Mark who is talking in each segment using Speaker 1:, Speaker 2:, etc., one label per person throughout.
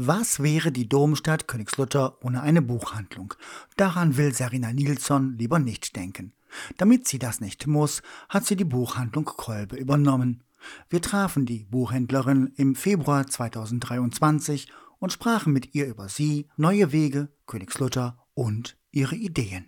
Speaker 1: Was wäre die Domstadt Königslutter ohne eine Buchhandlung? Daran will Sarina Nilsson lieber nicht denken. Damit sie das nicht muss, hat sie die Buchhandlung Kolbe übernommen. Wir trafen die Buchhändlerin im Februar 2023 und sprachen mit ihr über sie, neue Wege, Königslutter und ihre Ideen.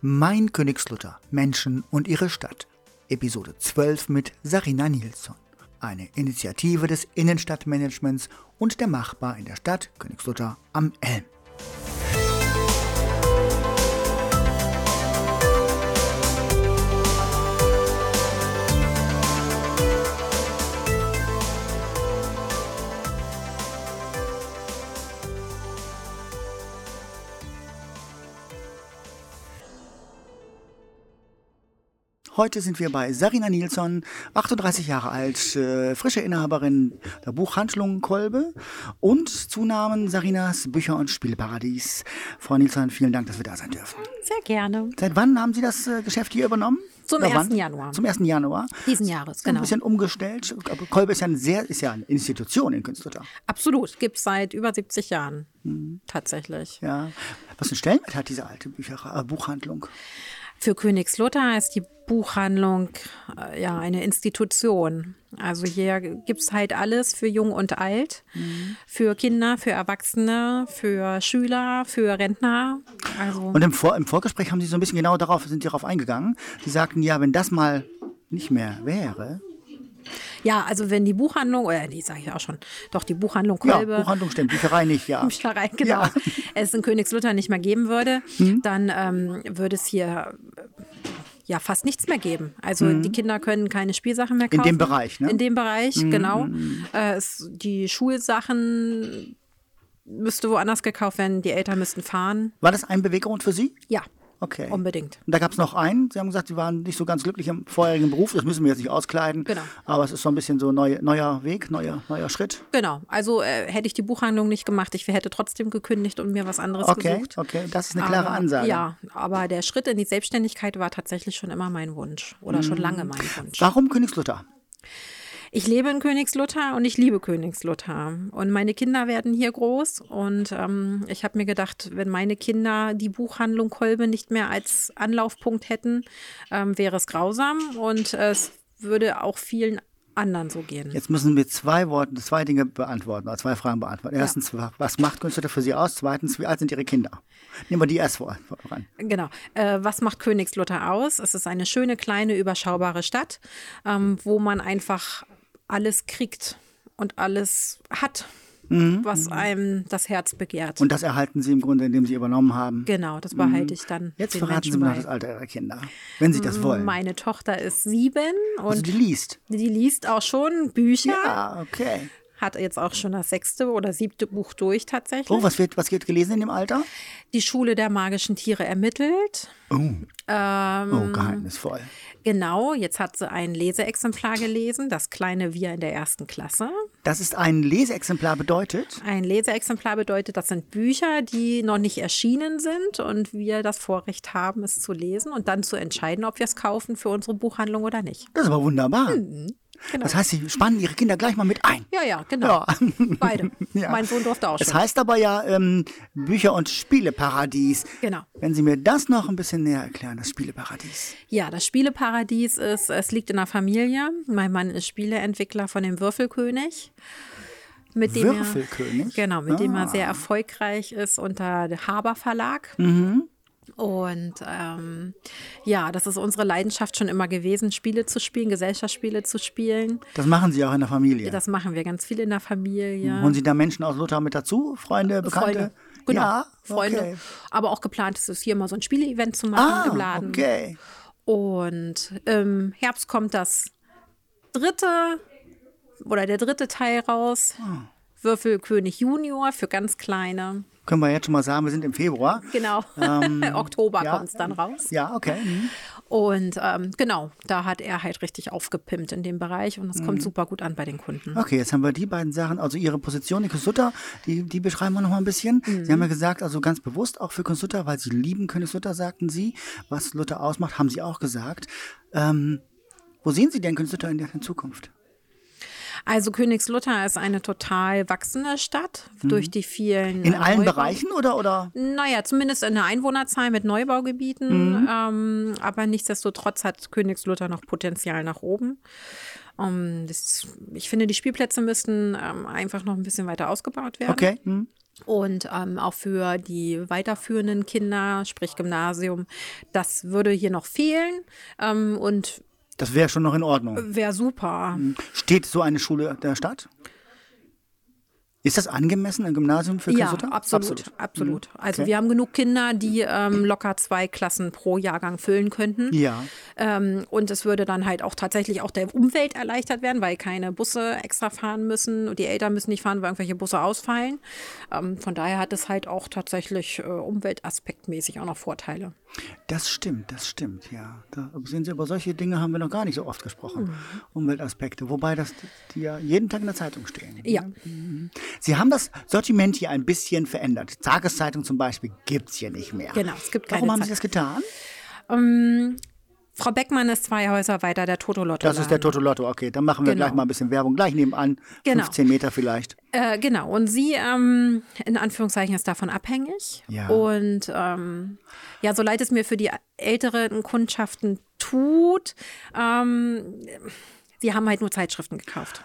Speaker 1: Mein Königslutter, Menschen und ihre Stadt. Episode 12 mit Sarina Nilsson. Eine Initiative des Innenstadtmanagements und der Machbar in der Stadt Königslutter am Elm. Heute sind wir bei Sarina Nilsson, 38 Jahre alt, äh, frische Inhaberin der Buchhandlung Kolbe und Zunamen Sarinas Bücher- und Spielparadies. Frau Nilsson, vielen Dank, dass wir da sein dürfen.
Speaker 2: Sehr gerne.
Speaker 1: Seit wann haben Sie das äh, Geschäft hier übernommen?
Speaker 2: Zum
Speaker 1: Oder
Speaker 2: 1.
Speaker 1: wann?
Speaker 2: Januar.
Speaker 1: Zum 1. Januar.
Speaker 2: Diesen Jahres,
Speaker 1: Ein
Speaker 2: genau.
Speaker 1: bisschen umgestellt. Aber Kolbe ist ja, ein sehr, ist ja eine Institution in Künstlertal.
Speaker 2: Absolut. Gibt es seit über 70 Jahren. Tatsächlich.
Speaker 1: Ja. Was für einen Stellenwert hat diese alte Bücher, äh, Buchhandlung?
Speaker 2: Für Königslutter ist die Buchhandlung äh, ja eine Institution. Also hier gibt es halt alles für Jung und Alt, für Kinder, für Erwachsene, für Schüler, für Rentner. Also
Speaker 1: Und im, Vor im Vorgespräch haben Sie so ein bisschen genau darauf, sind Sie darauf eingegangen. Sie sagten, ja, wenn das mal nicht mehr wäre,
Speaker 2: ja, also wenn die Buchhandlung, oder nee, sage ich auch schon, doch die Buchhandlung
Speaker 1: Ja,
Speaker 2: Kolbe.
Speaker 1: Buchhandlung stimmt, Bücherei nicht, ja.
Speaker 2: Bücherei, genau.
Speaker 1: Ja. Mhm.
Speaker 2: Es in Königslutter nicht mehr geben würde, dann ähm, würde es hier äh, ja fast nichts mehr geben. Also die Kinder können keine Spielsachen mehr
Speaker 1: Mhm. In
Speaker 2: kaufen.
Speaker 1: dem Bereich, ne?
Speaker 2: In dem Bereich, genau. Äh, es, die Schulsachen müsste woanders gekauft werden, die Eltern müssten fahren.
Speaker 1: War das ein Beweggrund für Sie?
Speaker 2: Ja,
Speaker 1: Okay.
Speaker 2: unbedingt.
Speaker 1: Und da gab es noch einen, Sie haben gesagt, Sie waren nicht so ganz glücklich im vorherigen Beruf, das müssen wir jetzt nicht auskleiden.
Speaker 2: Genau.
Speaker 1: Aber es ist so ein bisschen so ein neu, neuer Weg, neuer, neuer Schritt.
Speaker 2: Genau, also äh, hätte ich die Buchhandlung nicht gemacht, ich hätte trotzdem gekündigt und mir was anderes
Speaker 1: Okay,
Speaker 2: gesucht.
Speaker 1: okay, das ist eine klare
Speaker 2: aber,
Speaker 1: Ansage.
Speaker 2: Ja, aber der Schritt in die Selbstständigkeit war tatsächlich schon immer mein Wunsch oder
Speaker 1: Mhm.
Speaker 2: schon lange mein Wunsch.
Speaker 1: Warum Königslutter?
Speaker 2: Ich lebe in Königslutter und ich liebe Königslutter. Und meine Kinder werden hier groß. Und ähm, ich habe mir gedacht, wenn meine Kinder die Buchhandlung Kolbe nicht mehr als Anlaufpunkt hätten, ähm, wäre es grausam und es würde auch vielen anderen so gehen.
Speaker 1: Jetzt müssen wir zwei Worte, zwei Dinge beantworten, oder zwei Fragen beantworten. Erstens, was macht Königslutter für Sie aus? Zweitens, wie alt sind Ihre Kinder? Nehmen wir die erst vor, voran.
Speaker 2: Genau. Äh, was macht Königslutter aus? Es ist eine schöne, kleine, überschaubare Stadt, ähm, wo man einfach alles kriegt und alles hat, was einem das Herz begehrt.
Speaker 1: Mhm. Und das erhalten Sie im Grunde, indem Sie übernommen haben.
Speaker 2: Genau, das behalte ich dann.
Speaker 1: Jetzt
Speaker 2: den
Speaker 1: verraten Sie
Speaker 2: Menschen
Speaker 1: mir noch
Speaker 2: bei.
Speaker 1: das Alter Ihrer Kinder, wenn Sie das wollen.
Speaker 2: Meine Tochter ist sieben
Speaker 1: also
Speaker 2: und
Speaker 1: die liest.
Speaker 2: die liest auch schon Bücher.
Speaker 1: Ja, okay.
Speaker 2: Hat jetzt auch schon das sechste oder siebte Buch durch tatsächlich.
Speaker 1: Oh, was wird, was wird gelesen in dem Alter?
Speaker 2: Die Schule der magischen Tiere ermittelt. Ähm,
Speaker 1: Oh, geheimnisvoll.
Speaker 2: Genau, jetzt hat sie ein Leseexemplar gelesen, das kleine Wir in der ersten Klasse.
Speaker 1: Dass es ein Leseexemplar bedeutet,
Speaker 2: Ein Leseexemplar bedeutet, das sind Bücher, die noch nicht erschienen sind und wir das Vorrecht haben, es zu lesen und dann zu entscheiden, ob wir es kaufen für unsere Buchhandlung oder nicht.
Speaker 1: das ist aber wunderbar.
Speaker 2: genau.
Speaker 1: Das heißt, sie spannen ihre Kinder gleich mal mit ein.
Speaker 2: Ja, ja, genau.
Speaker 1: Ja.
Speaker 2: Beide.
Speaker 1: Ja.
Speaker 2: Mein Sohn durfte auch schon.
Speaker 1: Es heißt aber ja ähm, Bücher- und Spieleparadies.
Speaker 2: Genau.
Speaker 1: Wenn Sie mir das noch ein bisschen näher erklären, das Spieleparadies.
Speaker 2: Ja, das Spieleparadies ist, es liegt in der Familie. Mein Mann ist Spieleentwickler von dem Würfelkönig. Mit dem
Speaker 1: Würfelkönig? Ah.
Speaker 2: Er, genau, mit dem er sehr erfolgreich ist unter der Haber Verlag.
Speaker 1: Mhm.
Speaker 2: Und ähm, ja, das ist unsere Leidenschaft schon immer gewesen, Spiele zu spielen, Gesellschaftsspiele zu spielen.
Speaker 1: Das machen Sie auch in der Familie.
Speaker 2: Das machen wir ganz viel in der Familie.
Speaker 1: Holen Sie da Menschen aus Luther mit dazu? Freunde, Bekannte?
Speaker 2: Äh, Freunde. Genau,
Speaker 1: Ja,
Speaker 2: Freunde.
Speaker 1: Okay.
Speaker 2: Aber auch geplant ist es, hier mal so ein Spiele-Event zu machen im
Speaker 1: Ah,
Speaker 2: Laden.
Speaker 1: okay.
Speaker 2: Und im Herbst kommt das dritte oder der dritte Teil raus.
Speaker 1: Ah.
Speaker 2: Würfelkönig Junior für ganz kleine.
Speaker 1: Können wir jetzt schon mal sagen, wir sind im Februar.
Speaker 2: Genau. Oktober kommt es dann raus.
Speaker 1: Ja, okay. Mhm.
Speaker 2: Und ähm, genau, da hat er halt richtig aufgepimpt in dem Bereich und das
Speaker 1: Mhm.
Speaker 2: kommt super gut an bei den Kunden.
Speaker 1: Okay, jetzt haben wir die beiden Sachen, also Ihre Position in Künstlutter, die, die beschreiben wir nochmal ein bisschen. Sie
Speaker 2: Mhm.
Speaker 1: haben ja gesagt, also ganz bewusst auch für Künstlutter, weil Sie lieben Königslutter, sagten Sie. Was Luther ausmacht, haben Sie auch gesagt. Ähm, wo sehen Sie denn Künstlutter in der Zukunft?
Speaker 2: Also Königslutter ist eine total wachsende Stadt durch die vielen.
Speaker 1: Mhm. In
Speaker 2: äh,
Speaker 1: allen
Speaker 2: Neubau-
Speaker 1: Bereichen oder? oder?
Speaker 2: Naja, zumindest in der Einwohnerzahl mit Neubaugebieten. Ähm, aber nichtsdestotrotz hat Königslutter noch Potenzial nach oben. Ähm, das, ich finde, die Spielplätze müssten ähm, einfach noch ein bisschen weiter ausgebaut werden.
Speaker 1: Okay. Hm.
Speaker 2: Und ähm, auch für die weiterführenden Kinder, sprich Gymnasium, das würde hier noch fehlen ähm, und
Speaker 1: Das wäre schon noch in Ordnung.
Speaker 2: wäre super.
Speaker 1: Mhm. Steht so eine Schule der Stadt? Ist das angemessen, ein Gymnasium für
Speaker 2: Ja,
Speaker 1: Künstlutter?
Speaker 2: absolut, absolut. Also
Speaker 1: Okay.
Speaker 2: wir haben genug Kinder, die ähm, locker zwei Klassen pro Jahrgang füllen könnten.
Speaker 1: Ja.
Speaker 2: Ähm, und es würde dann halt auch tatsächlich auch der Umwelt erleichtert werden, weil keine Busse extra fahren müssen und die Eltern müssen nicht fahren, weil irgendwelche Busse ausfallen. Ähm, von daher hat es halt auch tatsächlich äh, umweltaspektmäßig auch noch Vorteile.
Speaker 1: Das stimmt, das stimmt, ja. Da, aber sehen Sie, über solche Dinge haben wir noch gar nicht so oft gesprochen.
Speaker 2: Mhm.
Speaker 1: Umweltaspekte, wobei das die ja jeden Tag in der Zeitung stehen.
Speaker 2: Ja.
Speaker 1: Sie haben das Sortiment hier ein bisschen verändert. Tageszeitung zum Beispiel gibt es hier nicht mehr.
Speaker 2: Genau, es gibt keine
Speaker 1: Warum haben Sie
Speaker 2: Zeit-
Speaker 1: das getan?
Speaker 2: Ähm, Frau Beckmann ist zwei Häuser weiter, der Totolotto.
Speaker 1: Das ist der Totolotto. Okay, dann machen wir
Speaker 2: Genau.
Speaker 1: gleich mal ein bisschen Werbung. Gleich nebenan,
Speaker 2: Genau.
Speaker 1: 15 Meter vielleicht.
Speaker 2: Äh, genau, und sie, ähm, in Anführungszeichen, ist davon abhängig.
Speaker 1: Ja.
Speaker 2: Und ähm, ja, so leid es mir für die älteren Kundschaften tut, ähm, sie haben halt nur Zeitschriften gekauft.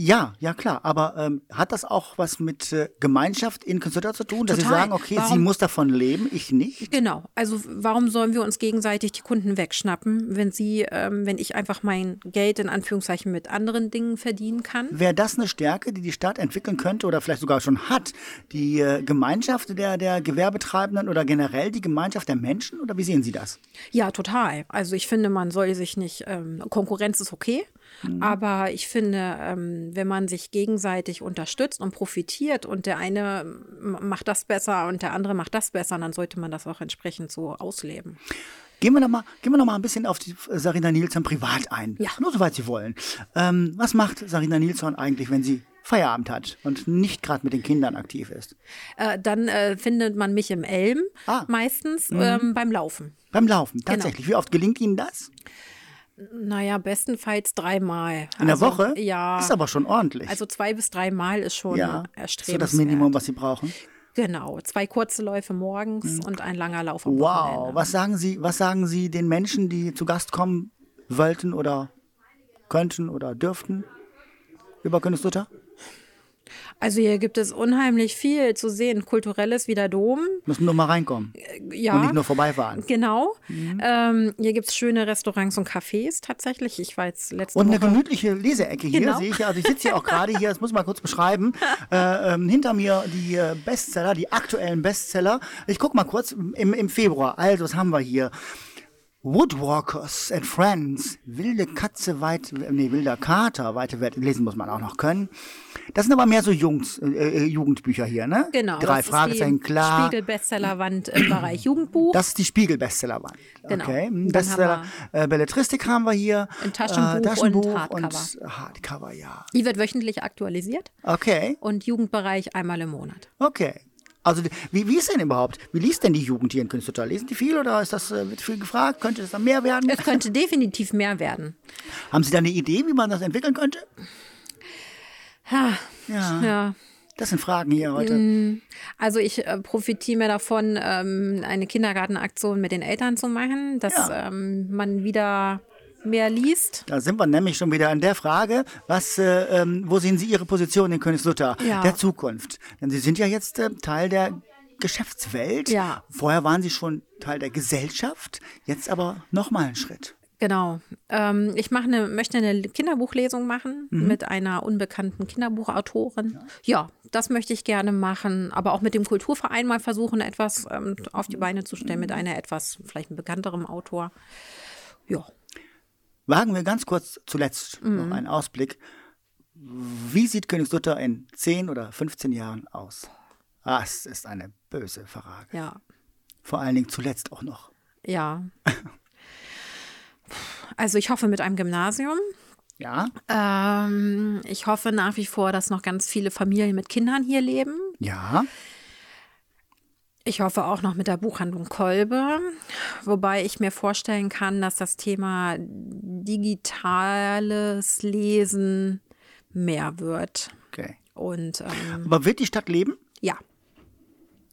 Speaker 1: Ja, ja klar. Aber ähm, hat das auch was mit äh, Gemeinschaft in Künstler zu tun? Dass Sie
Speaker 2: Total.
Speaker 1: sagen, okay, sie
Speaker 2: Warum-
Speaker 1: muss davon leben, ich nicht?
Speaker 2: Genau. Also warum sollen wir uns gegenseitig die Kunden wegschnappen, wenn sie, ähm, wenn ich einfach mein Geld in Anführungszeichen mit anderen Dingen verdienen kann?
Speaker 1: Wäre das eine Stärke, die die Stadt entwickeln könnte oder vielleicht sogar schon hat? Die äh, Gemeinschaft der, der Gewerbetreibenden oder generell die Gemeinschaft der Menschen? Oder wie sehen Sie das?
Speaker 2: Ja, total. Also ich finde, man soll sich nicht, ähm, Konkurrenz ist okay, aber ich finde, ähm, wenn man sich gegenseitig unterstützt und profitiert und der eine ähm, macht das besser und der andere macht das besser, dann sollte man das auch entsprechend so ausleben.
Speaker 1: Gehen wir, noch mal, gehen wir noch mal ein bisschen auf die äh, Sarina Nilsson privat ein.
Speaker 2: Ja.
Speaker 1: Nur soweit Sie wollen. Ähm, was macht Sarina Nilsson eigentlich, wenn sie Feierabend hat und nicht gerade mit den Kindern aktiv ist?
Speaker 2: Äh, dann äh, findet man mich im Elm
Speaker 1: Ah.
Speaker 2: meistens ähm, beim Laufen.
Speaker 1: Beim Laufen,
Speaker 2: Genau.
Speaker 1: tatsächlich. Wie oft gelingt Ihnen das?
Speaker 2: Naja, bestenfalls dreimal.
Speaker 1: In der
Speaker 2: Also,
Speaker 1: Woche?
Speaker 2: Ja.
Speaker 1: Ist aber schon ordentlich.
Speaker 2: also zwei bis dreimal ist schon
Speaker 1: ja. So
Speaker 2: erstrebenswert.
Speaker 1: das Minimum, was Sie brauchen.
Speaker 2: Genau, zwei kurze Läufe morgens und ein langer Lauf am Wochenende.
Speaker 1: Hm. Wow. Was sagen Sie, was sagen Sie den Menschen, die zu Gast kommen wollten oder könnten oder dürften über Königslutter?
Speaker 2: Also hier gibt es unheimlich viel zu sehen. Kulturelles wie der Dom,
Speaker 1: Müssen nur mal reinkommen
Speaker 2: ja.
Speaker 1: und nicht nur Hm. vorbeifahren.
Speaker 2: Genau. Ähm, hier gibt es schöne Restaurants und Cafés tatsächlich. Ich war jetzt letzte
Speaker 1: Und eine
Speaker 2: Woche.
Speaker 1: gemütliche Leseecke hier
Speaker 2: Genau.
Speaker 1: sehe ich. ja. Also ich sitze hier auch gerade hier, das muss ich mal kurz beschreiben. Äh, ähm, hinter mir die äh, Bestseller, die aktuellen Bestseller. Ich gucke mal kurz im, im Februar. Also, was haben wir hier? Woodwalkers and Friends, wilde Katze weit, nee, wilder Kater, weite Welt, lesen muss man auch noch können. Das sind aber mehr so Jungs, äh, äh, Jugendbücher hier, ne?
Speaker 2: Genau.
Speaker 1: Drei
Speaker 2: das
Speaker 1: Fragezeichen,
Speaker 2: ist die
Speaker 1: klar.
Speaker 2: Spiegel-Bestsellerwand im Bereich Jugendbuch.
Speaker 1: Das ist die Spiegel-Bestsellerwand.
Speaker 2: Genau.
Speaker 1: Okay.
Speaker 2: Dann
Speaker 1: Bestseller,
Speaker 2: haben
Speaker 1: äh, Belletristik haben wir hier. Äh,
Speaker 2: Ein Taschenbuch und Hardcover.
Speaker 1: Hardcover, ja.
Speaker 2: Die wird wöchentlich aktualisiert
Speaker 1: Okay,
Speaker 2: und Jugendbereich einmal im Monat.
Speaker 1: okay. Also die- wie, wie ist denn überhaupt? Wie liest denn die Jugend hier in Künstlertal? Lesen die viel oder ist das äh, wird viel gefragt? Könnte das dann mehr werden?
Speaker 2: Es könnte definitiv mehr werden.
Speaker 1: Haben Sie da eine Idee, wie man das entwickeln könnte?
Speaker 2: Ha,
Speaker 1: Ja.
Speaker 2: ja.
Speaker 1: Das sind Fragen hier heute.
Speaker 2: Also ich äh, profitiere mir davon, ähm, eine Kindergartenaktion mit den Eltern zu machen, dass
Speaker 1: Ja.
Speaker 2: ähm, man wieder mehr liest.
Speaker 1: Da sind wir nämlich schon wieder an der Frage, was, äh, ähm, wo sehen Sie Ihre Position in Königslutter
Speaker 2: Ja.
Speaker 1: der Zukunft? Denn Sie sind ja jetzt äh, Teil der Geschäftswelt.
Speaker 2: Ja.
Speaker 1: Vorher waren Sie schon Teil der Gesellschaft, jetzt aber nochmal einen Schritt.
Speaker 2: Genau. Ähm, ich mache eine, möchte eine Kinderbuchlesung machen
Speaker 1: Mhm.
Speaker 2: mit einer unbekannten Kinderbuchautorin. Ja. das möchte ich gerne machen, aber auch mit dem Kulturverein mal versuchen, etwas ähm, auf die Beine zu
Speaker 1: Mhm.
Speaker 2: stellen mit einer etwas vielleicht bekannterem Autor. Ja.
Speaker 1: Wagen wir ganz kurz zuletzt
Speaker 2: Mhm.
Speaker 1: noch einen Ausblick. Wie sieht Königslutter in 10 oder 15 Jahren aus? Das ist eine böse Frage.
Speaker 2: Ja.
Speaker 1: Vor allen Dingen zuletzt auch noch.
Speaker 2: Ja. Also ich hoffe mit einem Gymnasium.
Speaker 1: Ja?
Speaker 2: Äh. Ähm, ich hoffe nach wie vor, dass noch ganz viele Familien mit Kindern hier leben.
Speaker 1: Ja.
Speaker 2: Ich hoffe auch noch mit der Buchhandlung Kolbe, wobei ich mir vorstellen kann, dass das Thema digitales Lesen mehr wird.
Speaker 1: Okay.
Speaker 2: Und ähm,
Speaker 1: Aber wird die Stadt leben?
Speaker 2: ja,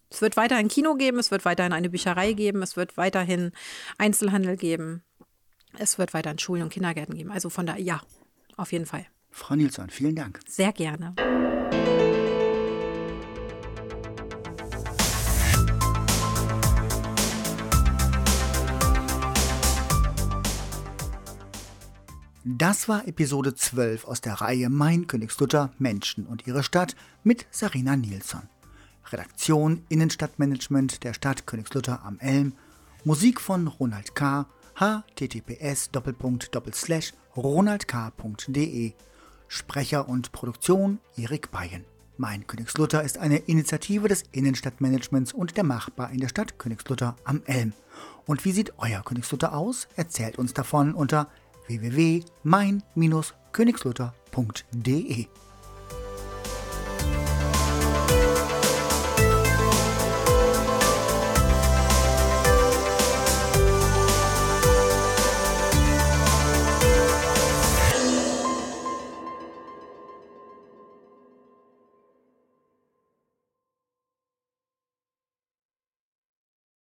Speaker 2: es wird weiterhin Kino geben, es wird weiterhin eine Bücherei geben, es wird weiterhin Einzelhandel geben, es wird weiterhin Schulen und Kindergärten geben. Also von daher, ja, auf jeden Fall.
Speaker 1: Frau Nilsson, vielen Dank.
Speaker 2: Sehr gerne.
Speaker 1: Das war Episode 12 aus der Reihe Mein Königslutter Menschen und ihre Stadt mit Sarina Nilsson. Redaktion Innenstadtmanagement der Stadt Königslutter am Elm. Musik von Ronald K. https ronaldk.de Sprecher und Produktion Erik Bayen. Mein Königslutter ist eine Initiative des Innenstadtmanagements und der Machbar in der Stadt Königslutter am Elm. Und wie sieht euer Königslutter aus? Erzählt uns davon unter www.mein-königslutter.de.